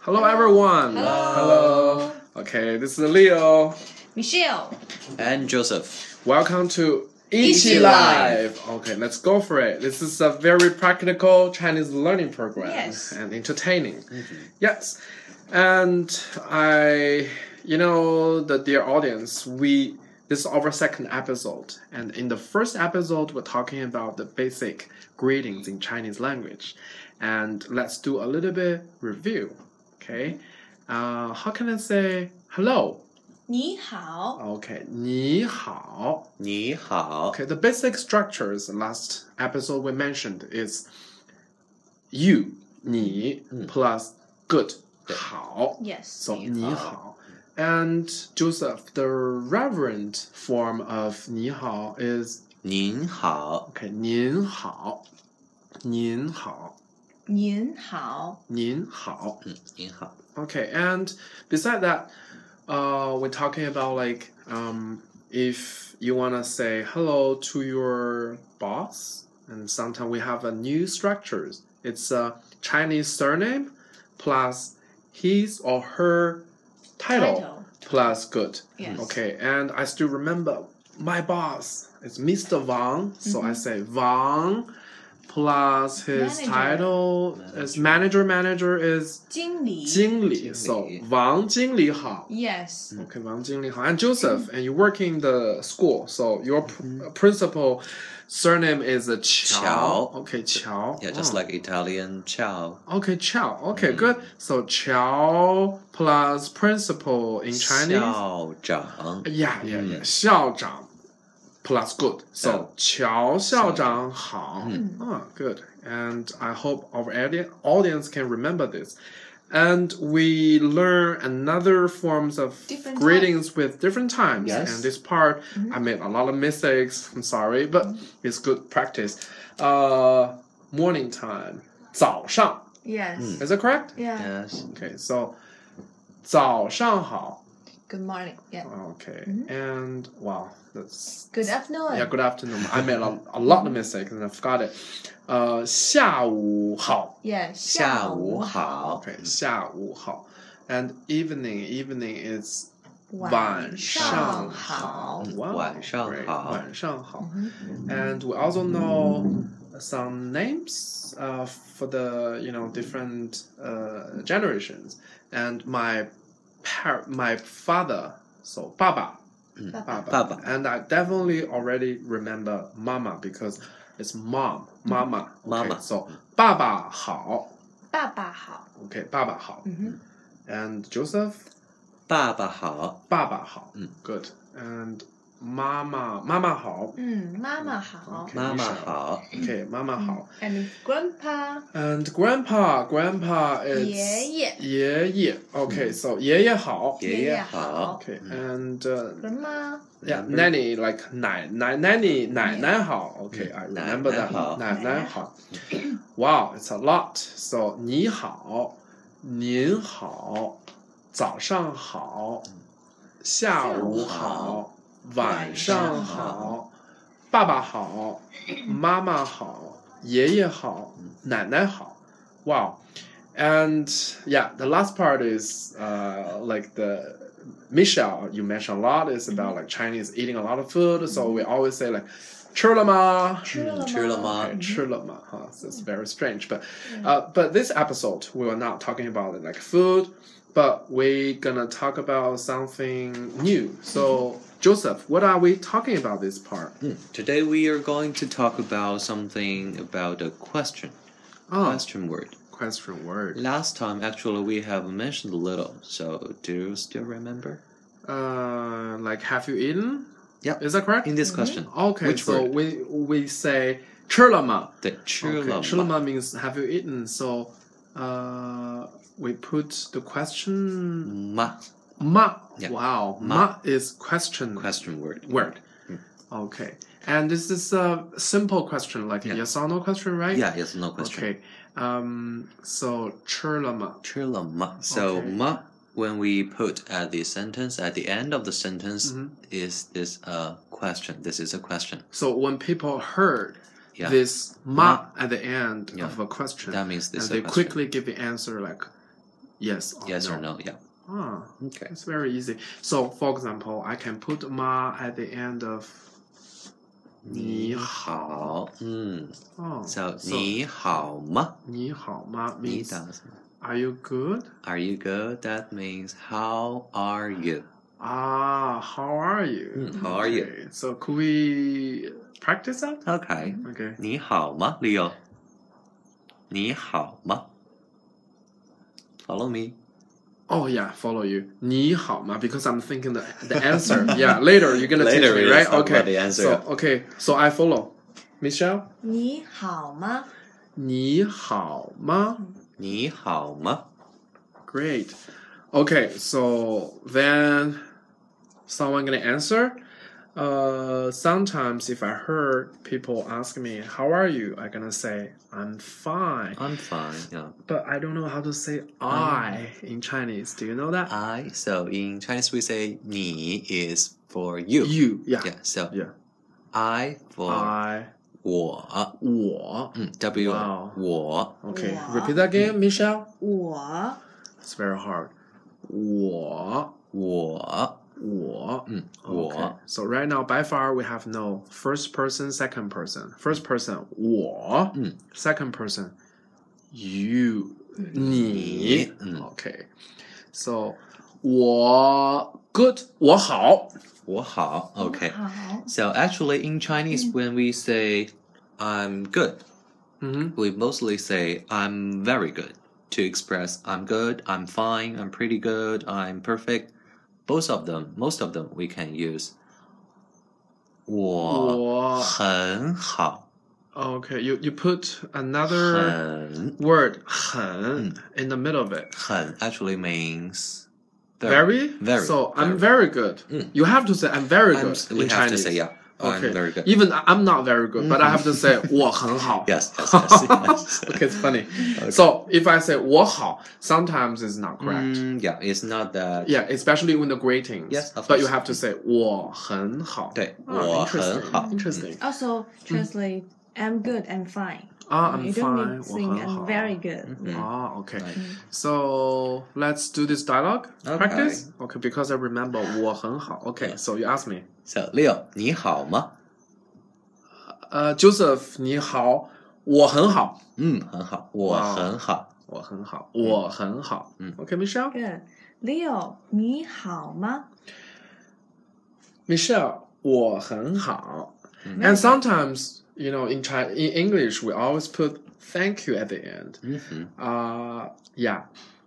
Hello everyone. Hello. Okay, this is Leo. Michelle， and Joseph. Welcome to 一起 Live. Okay, let's go for it. This is a very practical Chinese learning program Yes. and entertaining. Yes. And I you know the dear audience, we this is our second episode and in the first episode we're talking about the basic greetings in Chinese language. And let's do a little bit review. Okay? Uh, how can I say hello? 你好， Okay, 你好.你好. Okay, the basic structures last episode we mentioned is you, 你 plus good, 好. Yes, So 你好。你好. And Joseph, the reverent form of 你好 is 您好. okay, 您好.您好.您好，您好.您好. Okay, and beside that, uh, we're talking about like um, if you wanna say hello to your boss, and sometimes we have a new structures. It's a Chinese surname plus his or her title, Title. plus good. Yes. Okay, and I still remember my boss. It's Mr. Wang, so I say Wang plus his Manager. title as manager. Manager is 经理经理, so 王经理好. Yes, Okay, 王经理好. And Joseph, and you work in the school, so your pr- principal surname is Oh， uh, Chow. Qiao. Okay, Chow. Yeah, just like Italian ciao. Okay, Chow. Okay, good. So Chow plus principal in Chinese. 校长. Yeah, yeah, yeah. 校长 plus good. So 乔校长好. Mm. Ah, good. And I hope our audi- audience can remember this. And we learn another forms of Different Mm-hmm. greetings with different times. Yes. And this part, I made a lot of mistakes. I'm sorry, but it's good practice. Uh, morning time. 早上. yes, Is that correct? yeah. Yes. Okay, so 早上好. Good morning, yeah. Okay, and wow, that's Mm-hmm. Good yeah. afternoon. Good afternoon. I made a, a lot of mistakes and I forgot it. Uh, 下午好. Yes，下午好，好 Okay, 下午好. And evening, evening is 晚上好.好 Wow, 晚上好. great. 晚上好. Mm-hmm. And we also know some names uh, for the you know different uh, generations. And my par- my father, so 爸爸.爸爸 Baba. Baba. And I definitely already remember Mama because it's mom, Mama. Mama. Okay, so Baba Hao. 爸爸好， Okay, Baba Hao. 嗯 And Joseph, 爸爸好. Baba Hao. Mm. Good. And Mama, Mama Hao. 哼，嗯，妈妈好 Okay. 妈妈好. Okay, Mama Hao. ，and grandpa And Grandpa, Grandpa is 爷爷。爷爷. Okay, so 爷爷 Hao. 爷爷好. Okay, and uh, grandma Yeah, Remember? nanny like 奶奶 nanny 奶奶好，OK, I remember that 奶奶好。奶奶好。Wow, it's a lot. So 你好，您好，早上好，下午好，晚上晚上好好，爸爸好，妈妈好，爷爷好，奶奶好。Wow. And yeah, the last part is uh, like the Michelle you mentioned a lot is about like Chinese eating a lot of food, so we always say like 吃了吗?吃了吗？吃了吗? Mm-hmm. Okay, 吃了吗? Huh, so it's very strange, but Mm. uh, but this episode we are not talking about like food, but we're gonna talk about something new. So Joseph, what are we talking about this part? Today we are going to talk about something about a question. Oh, Question word. question word. Last time actually we have mentioned a little, so do you still remember? Uh, like have you eaten? Yeah. Is that correct? In this question. Okay, Which so word? we we say 吃了吗? The Okay, 吃了吗? Shulama means have you eaten? So uh, we put the question 吗? ma. Yeah. Wow, ma. Ma. is question, Question Hmm. word. word. Okay, and this is a simple question, like a yes or no question, right? Yeah, yes, no question. Okay. Um. So chulama. 吃了吗? So Okay. ma when we put at the sentence at the end of the sentence Mm-hmm. is this a question? This is a question. So when people heard Yeah. this ma, at the end of a question, That means and this is a they question. quickly give the answer like Yes. Or Yes no. or no? Yeah. Ah, Okay. it's very easy. So, for example, I can put ma at the end of 你好，嗯， oh. Hmm. so, so 你好吗？你好吗你 means 打什么 Are you good? ？Are you good? That means how are you? Ah, how are you? Mm, how are you? Okay, So, could we practice that? Okay， Okay. 你好吗，Leo？你好吗？Follow me. Oh yeah, follow you. 你好吗? Because I'm thinking the, the answer. yeah, later you're gonna Later teach we me, right? talk about Okay. the answer. So okay, so I follow. Michelle, 你好吗？你好吗?你好吗？ Great. Okay, so then someone gonna answer. Uh, sometimes if I heard people ask me, "How are you?" I gonna say, "I'm fine," I'm fine. Yeah. but I don't know how to say "I" in Chinese. Do you know that? I. So in Chinese we say 你 is for you. You, yeah, Yeah. So yeah. I for I, 我。我.嗯，W Wow 我 Okay, Wa. repeat that again, Michelle. 我 It's very hard. 我,我我.嗯 Okay. 我 So right now, by far, we have no first person, second person. First person, 我.嗯 Second person, you. 你.你嗯 Okay. So, 我 good. 我好.我好。OK. 好， So actually in Chinese Mm. when we say I'm good, Mm-hmm. we mostly say I'm very good to express I'm good, I'm fine, I'm pretty good, I'm perfect. Both of them, most of them we can use 我很好 Okay. You you put another 很 word Hmm. 很 in the middle of it. 很 actually means Very, very, Hmm. So I'm very good. You have to say I'm very I'm, good we in have Chinese. to say yeah. Okay. I'm very good. Even I- I'm not very good, but I have to say 我很好. Yes, yes, yes. yes. okay, it's funny. So if I say 我好, sometimes it's not correct. Mm, yeah, it's not that. Yeah, especially when the greetings. Yes, of but you course. have to say 我很好.对， Oh, 我很好。interesting. Mm. Interesting. Also translate I'm good, I'm fine. Ah, I'm you don't fine. need to sing I'm 我很好. very good. Ah, okay. Mm. Right. So let's do this dialogue Okay. practice. Okay, because I remember 我很好. Okay, so you ask me. So Leo，你好吗？ Uh, Joseph, 你好.我很好.嗯，很好，我哇很好，Mm. 我很好，我很好。嗯。 Okay, Michelle. Good. Leo，你好吗？ Michelle, 我很好。嗯。 And sometimes, you know, in China, in English, we always put thank you at the end. 嗯哼 Uh, yeah.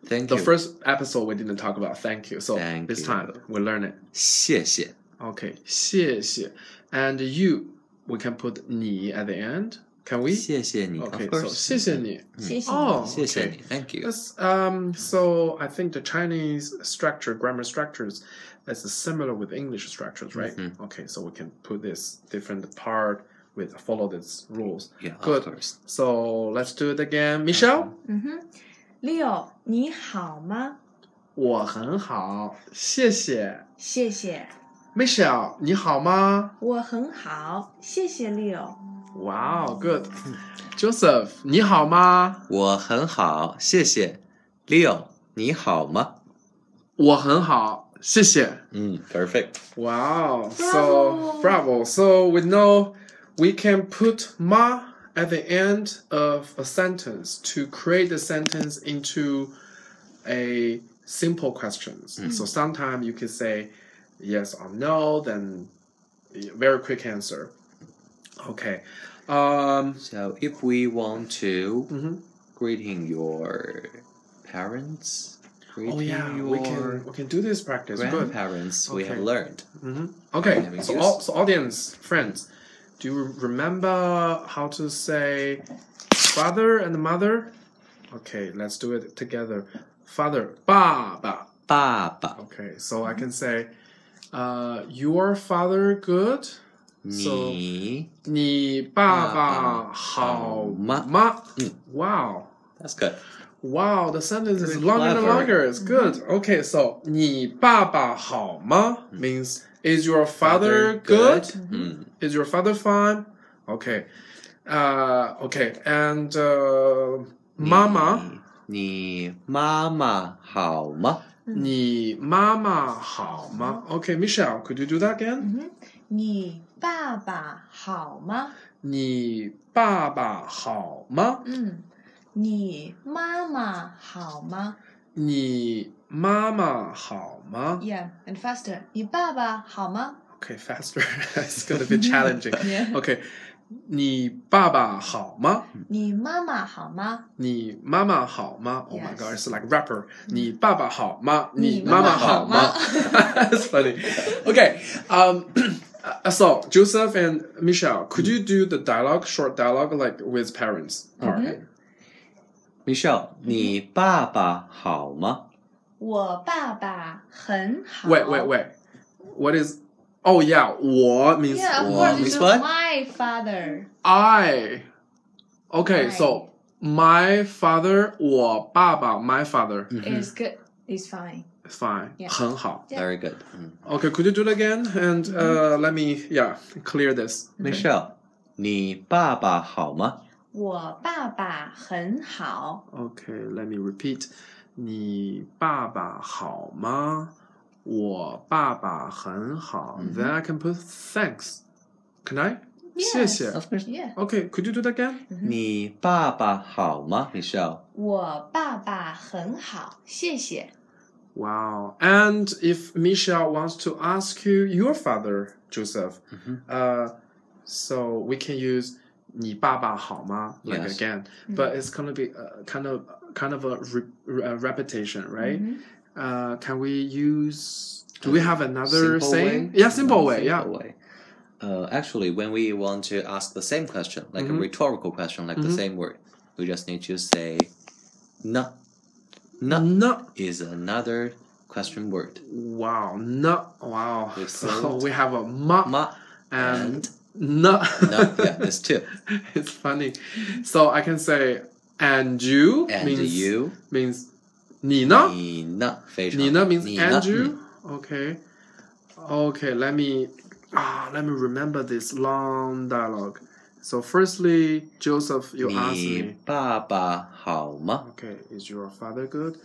，Thank The you， first episode we didn't talk about thank you, so Thank this you. time we learn it. 谢谢， Okay, 谢谢. And you, we can put 你 at the end. Can we? 谢谢你 Okay, of so course，谢谢你.谢谢。 Oh, 谢谢 okay. 你，Thank you， Yes, um, so I think the Chinese structure, grammar structures, is similar with English structures, right? Mhm. Okay, so we can put this different part with follow these rules. yeah, good. of course， So let's do it again. Michelle, 嗯哼，Leo，你好吗？我很好，谢谢。谢谢， Michelle, 你好吗？我很好，谢谢 Leo。 Wow, good. Joseph, 你好吗？我很好，谢谢。Leo，你好吗？我很好，谢谢。嗯，perfect， Wow. So Bravo. bravo. So we know we can put ma at the end of a sentence to create the sentence into a simple questions. So sometimes you can say yes or no, then very quick answer. Okay. Um So if we want to Mhm. greeting your parents, Oh yeah, greeting we can your we can do this practice. Good. grandparents, we have Okay. learned. hmm Okay, Having so, use. all, so audience, friends, do you remember how to say father and mother? Okay, let's do it together. Father, 爸爸.爸爸， Okay, so I can say, uh, your father good. So- 你你爸爸好吗？嗯。Mm. Wow. That's good. Wow, the sentence is Very longer and clever. longer. It's good. Okay, so 你爸爸好吗 means is your Mm. father, good? 嗯 Is your father fine? Mm. Okay. Uh, okay. And uh, mama, 你妈妈好吗？你妈妈好吗？Okay, Michelle, could you do that again? 嗯哼，你爸爸好吗？你爸爸好吗？嗯，你妈妈好吗你妈妈好吗？Yeah, and faster. 你爸爸 好吗 Okay, faster. It's gonna be challenging. Yeah. Okay, 你爸爸好吗？你妈妈好吗？你妈妈好吗？Oh my Yes. god, it's like rapper. 你爸爸好吗？你妈妈妈好好吗 That's funny. Okay, um, uh, so Joseph and Michelle, could you do the dialogue, short dialogue, like with parents? Mm-hmm. part? Okay. Michelle，你爸爸好吗？我爸爸很好。 Wait, wait, wait. What is? Oh yeah, 我 means Yeah, of 我 course, Miss it's Fun? my father. I. Okay, I. so my father, 我爸爸 my father, 嗯哼 It's good. It's fine. fine, Yeah. 很好。 Yeah. Very good。嗯 Okay, could you do it again and Mm-hmm. uh, let me yeah clear this. Michelle，你爸爸好吗？我爸爸很好。 Okay, let me repeat. 你爸爸好吗？我爸爸很好。 Mhm. Then I can put thanks. Can I? Yes. 谢谢。 Of course。 Yeah. Mm-hmm. Okay, could you do it again? 你爸爸好吗，Michelle？我爸爸很好，谢谢。 Wow. And if Michelle wants to ask you your father, Joseph, Mhm. uh, so we can use 你爸爸好吗 like Yes. Mm. again, Mm-hmm. but it's gonna be uh, kind of kind of a re- re- uh, repetition, right? 嗯 Uh, can we use? Do we have another Uh, Simple saying? way? Yeah, simple way. Yeah. Simple way. Uh, actually, when we want to ask the same question, like Mhm. a rhetorical question, like the Mhm. same word, we just need to say "na." "Na" No. is another question word. Wow. No. Wow. We've So solved. we have a ma, Ma and and no. na. Yeah, there's two. it's funny. So I can say and you And means you, means 你呢？你呢？非常 Nina means 你呢 Andrew. Okay. Okay, let me ah let me remember this long dialogue. So firstly, Joseph, you 嗯 asked 你 me, 爸爸好吗？ okay, is your father good?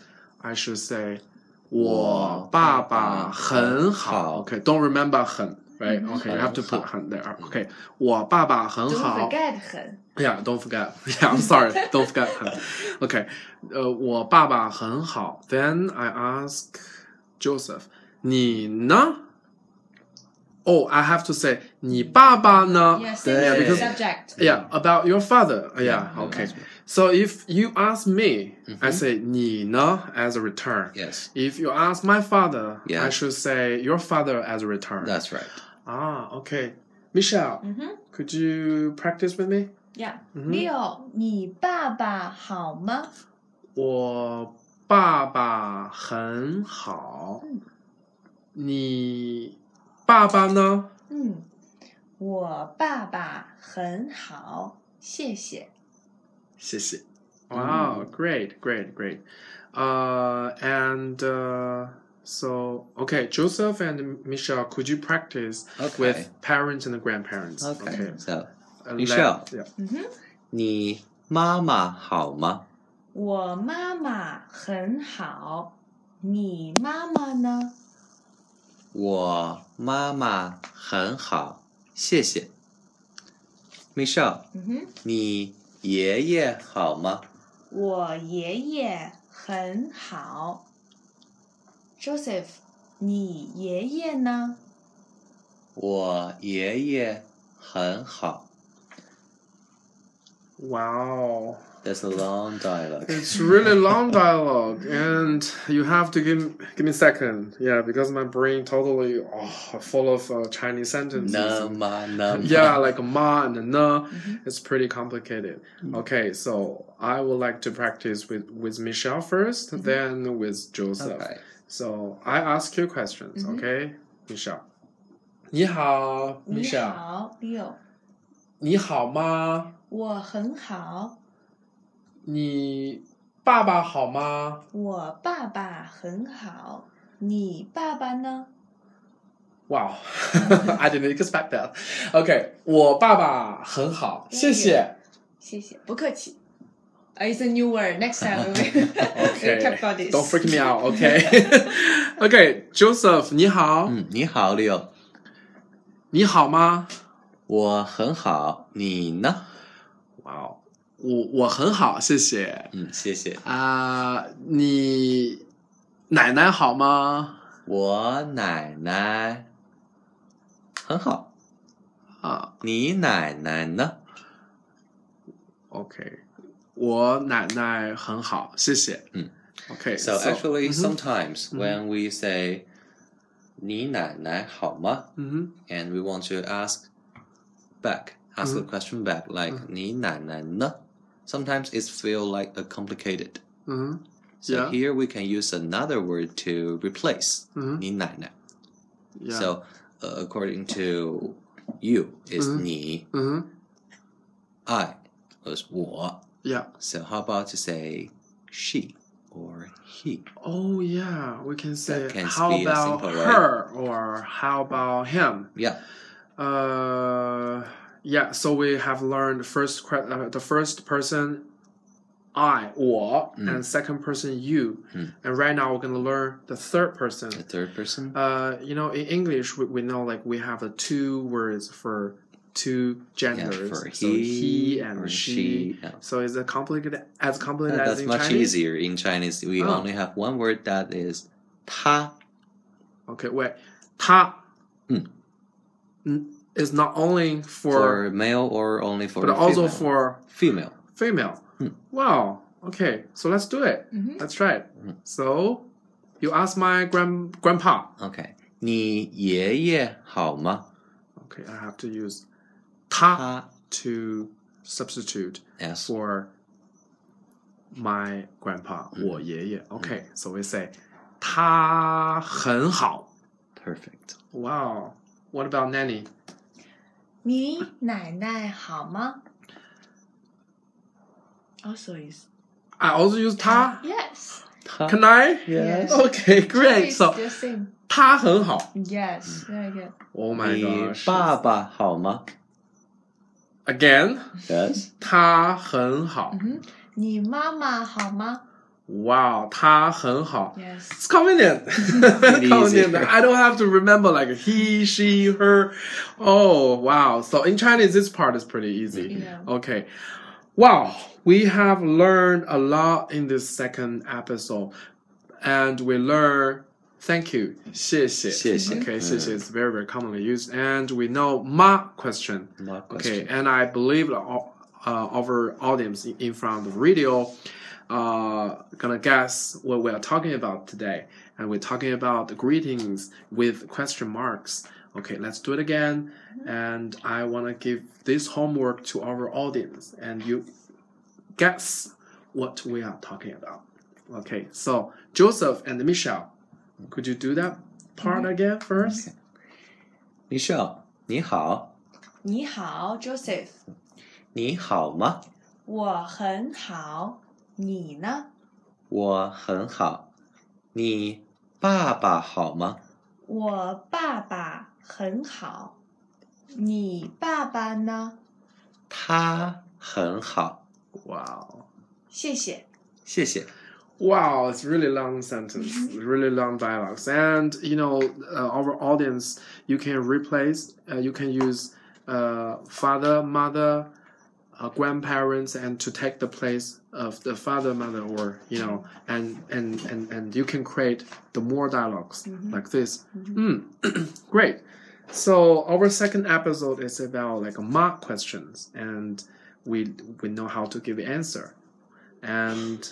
I should say 我爸爸我爸爸很很好。好. Okay, don't remember 很, right? Mhm. Okay, you have to put 很好。很 there. Okay. 我爸爸很好. Don't forget 很 Yeah, don't forget. Yeah, I'm sorry. don't forget. Okay. Uh, 我爸爸很好. Then I ask Joseph, 你呢? Oh, I have to say 你爸爸呢? Yes, Yeah, same because- subject. Yeah, about your father. Uh, Yeah, Mm. Yeah, okay. that's right. So if you ask me, I Mhm. say 你呢 as a return. Yes, If you ask my father, Yeah. I should say your father as a return. that's right. ah, okay. Michelle, 嗯哼 could you practice with me? ，Yeah。 Mhm. Leo，你爸爸好吗？我爸爸很好嗯，你爸爸呢？嗯，我爸爸很好，谢谢。谢谢。Wow, Mm. great, great, great. Uh, and uh, so, okay, Joseph and Michelle, could you practice Okay. with parents and grandparents? Okay. So, Uh, let- Michelle. yeah. 嗯哼，你妈妈好吗？我妈妈很好，你妈妈呢？我妈妈很好，谢谢。Michelle，嗯哼，你爷爷好吗？我爷爷很好。Joseph，你爷爷呢？我爷爷很好。 Wow. That's a long dialogue. It's really long dialogue, and you have to give give me a second. Yeah, because my brain totally oh, full of uh, Chinese sentences. 那么那 么 yeah, like ma and na. 嗯哼 It's pretty complicated. Mm. Okay, so I would like to practice with with Michelle 1st Mhm. then with Joseph. Mm-hmm. Okay. Mm-hmm. So I ask you questions, Mhm. okay, Michelle. 你好,你 Michelle. 好，Leo，你好吗?我很好，你爸爸好吗?我爸爸很好，你爸爸呢？ Wow, I didn't expect that. Okay, 我爸爸很好，谢谢。谢谢，不客气。 It's a new word. Next time we will Okay. talk about this. Don't freak me out, okay? okay, Joseph, 你好，嗯，你好，Leo，你好吗？我很好，你呢？哇哦，我我很好，谢谢。嗯，谢谢。啊、你奶奶好吗？我奶奶很好，啊、你奶奶呢？ o k 我奶奶很好，谢谢。嗯，OK So mm-hmm. actually, mhm. sometimes when we say 你奶奶好吗嗯哼。 and we want to ask back, ask the question back, like 你奶奶呢 sometimes it feel like a complicated. Mm-hmm. So Yeah. here we can use another word to replace Mhm. 你奶奶. Yeah. So uh, according to you is Mhm. 你, Mm-hmm. I was 我. Yeah. So how about to say she or he? Oh yeah. We can say That can how be a about simple way. her or how about him. Yeah. Uh. Yeah. So we have learned first que- uh, the first person. I, 我, Mm. and second person you, Mm. and right now we're gonna learn the third person. The third person? Uh, you know, in English, we, we know like we have the two words for two Yeah, genders, for he, so he and or she. she. yeah. So is it complicated as Uh, complicated as That's in much Chinese? easier in Chinese. We Oh. only have one word that is 他. Okay, wait. Ta Mm. n- is not only for, for male or only for but also female. for female. female. Mm. Wow. Okay, so let's do it. Mhm. Let's try it. Mm. So you ask my grand grandpa. Okay. 你爷爷好吗? Okay, I have to use ta 他 to substitute yes. for my grandpa, Mm. 我爷爷. Okay, so we say 他很好. Perfect. Wow. What about nanny? 你奶奶好吗？Also is I also use 他. Yes. 他 Can I? Yes. Okay, great. It's So the same. 他很好. Mm. Yes. Very good. Oh my gosh. 你爸爸好吗? Again, Yes. 他很好. Oh. 嗯哼，你妈妈好吗 Wow, 他很好. ？Yes. It's convenient. easy. convenient. I don't have to remember like he, she, her. Oh wow. So in Chinese, this part is pretty easy. Yeah. Okay. Wow, we have learned a lot in this second episode, and we learn thank you, 谢谢.谢谢. Okay, Mm. 谢谢 is very very commonly used, and we know ma question. More question. Okay, and I believe the au- uh, our audience in- in front of the radio uh, gonna guess what we are talking about today, and we're talking about the greetings with question marks. Okay, let's do it again, and I wanna give this homework to our audience, and you guess what we are talking about. Okay, so Joseph and Michelle, could you do that part again first? Michelle, 你好,你你好吗?好，Joseph。我很好，你呢？我很好。你爸爸好吗?我爸爸很好，你爸爸呢？他很好。谢 Wow. 谢。谢谢。 Wow, it's really long sentence, really long dialogues, and you know uh, our audience. You can replace, uh, you can use uh, father, mother, uh, grandparents, and to take the place of the father, mother, or you know, and and and and you can create the more dialogs Mhm. Mm-hmm. like this. Mhm. Mm. Great. So our second episode is about like ma questions, and we we know how to give answer, and.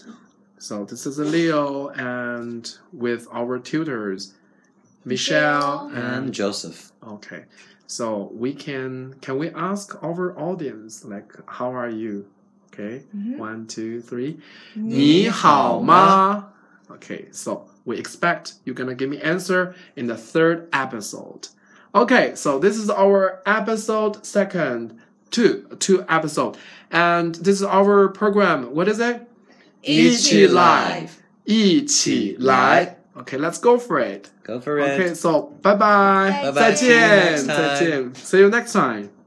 So this is Leo, and with our tutors, Michelle Michelle. And and Joseph. okay. So we can can we ask our audience like how are you? Okay, 嗯哼 one, two, three. 你好吗？你好吗? Okay, so we expect you're gonna give me answer in the third episode. Okay, so this is our episode second, two two episode, and this is our program. What is it? 一起来一起来. Okay, let's go for it. Go for it. Okay, so bye bye. Bye bye. 再见， See you next time. 再见. See you next time.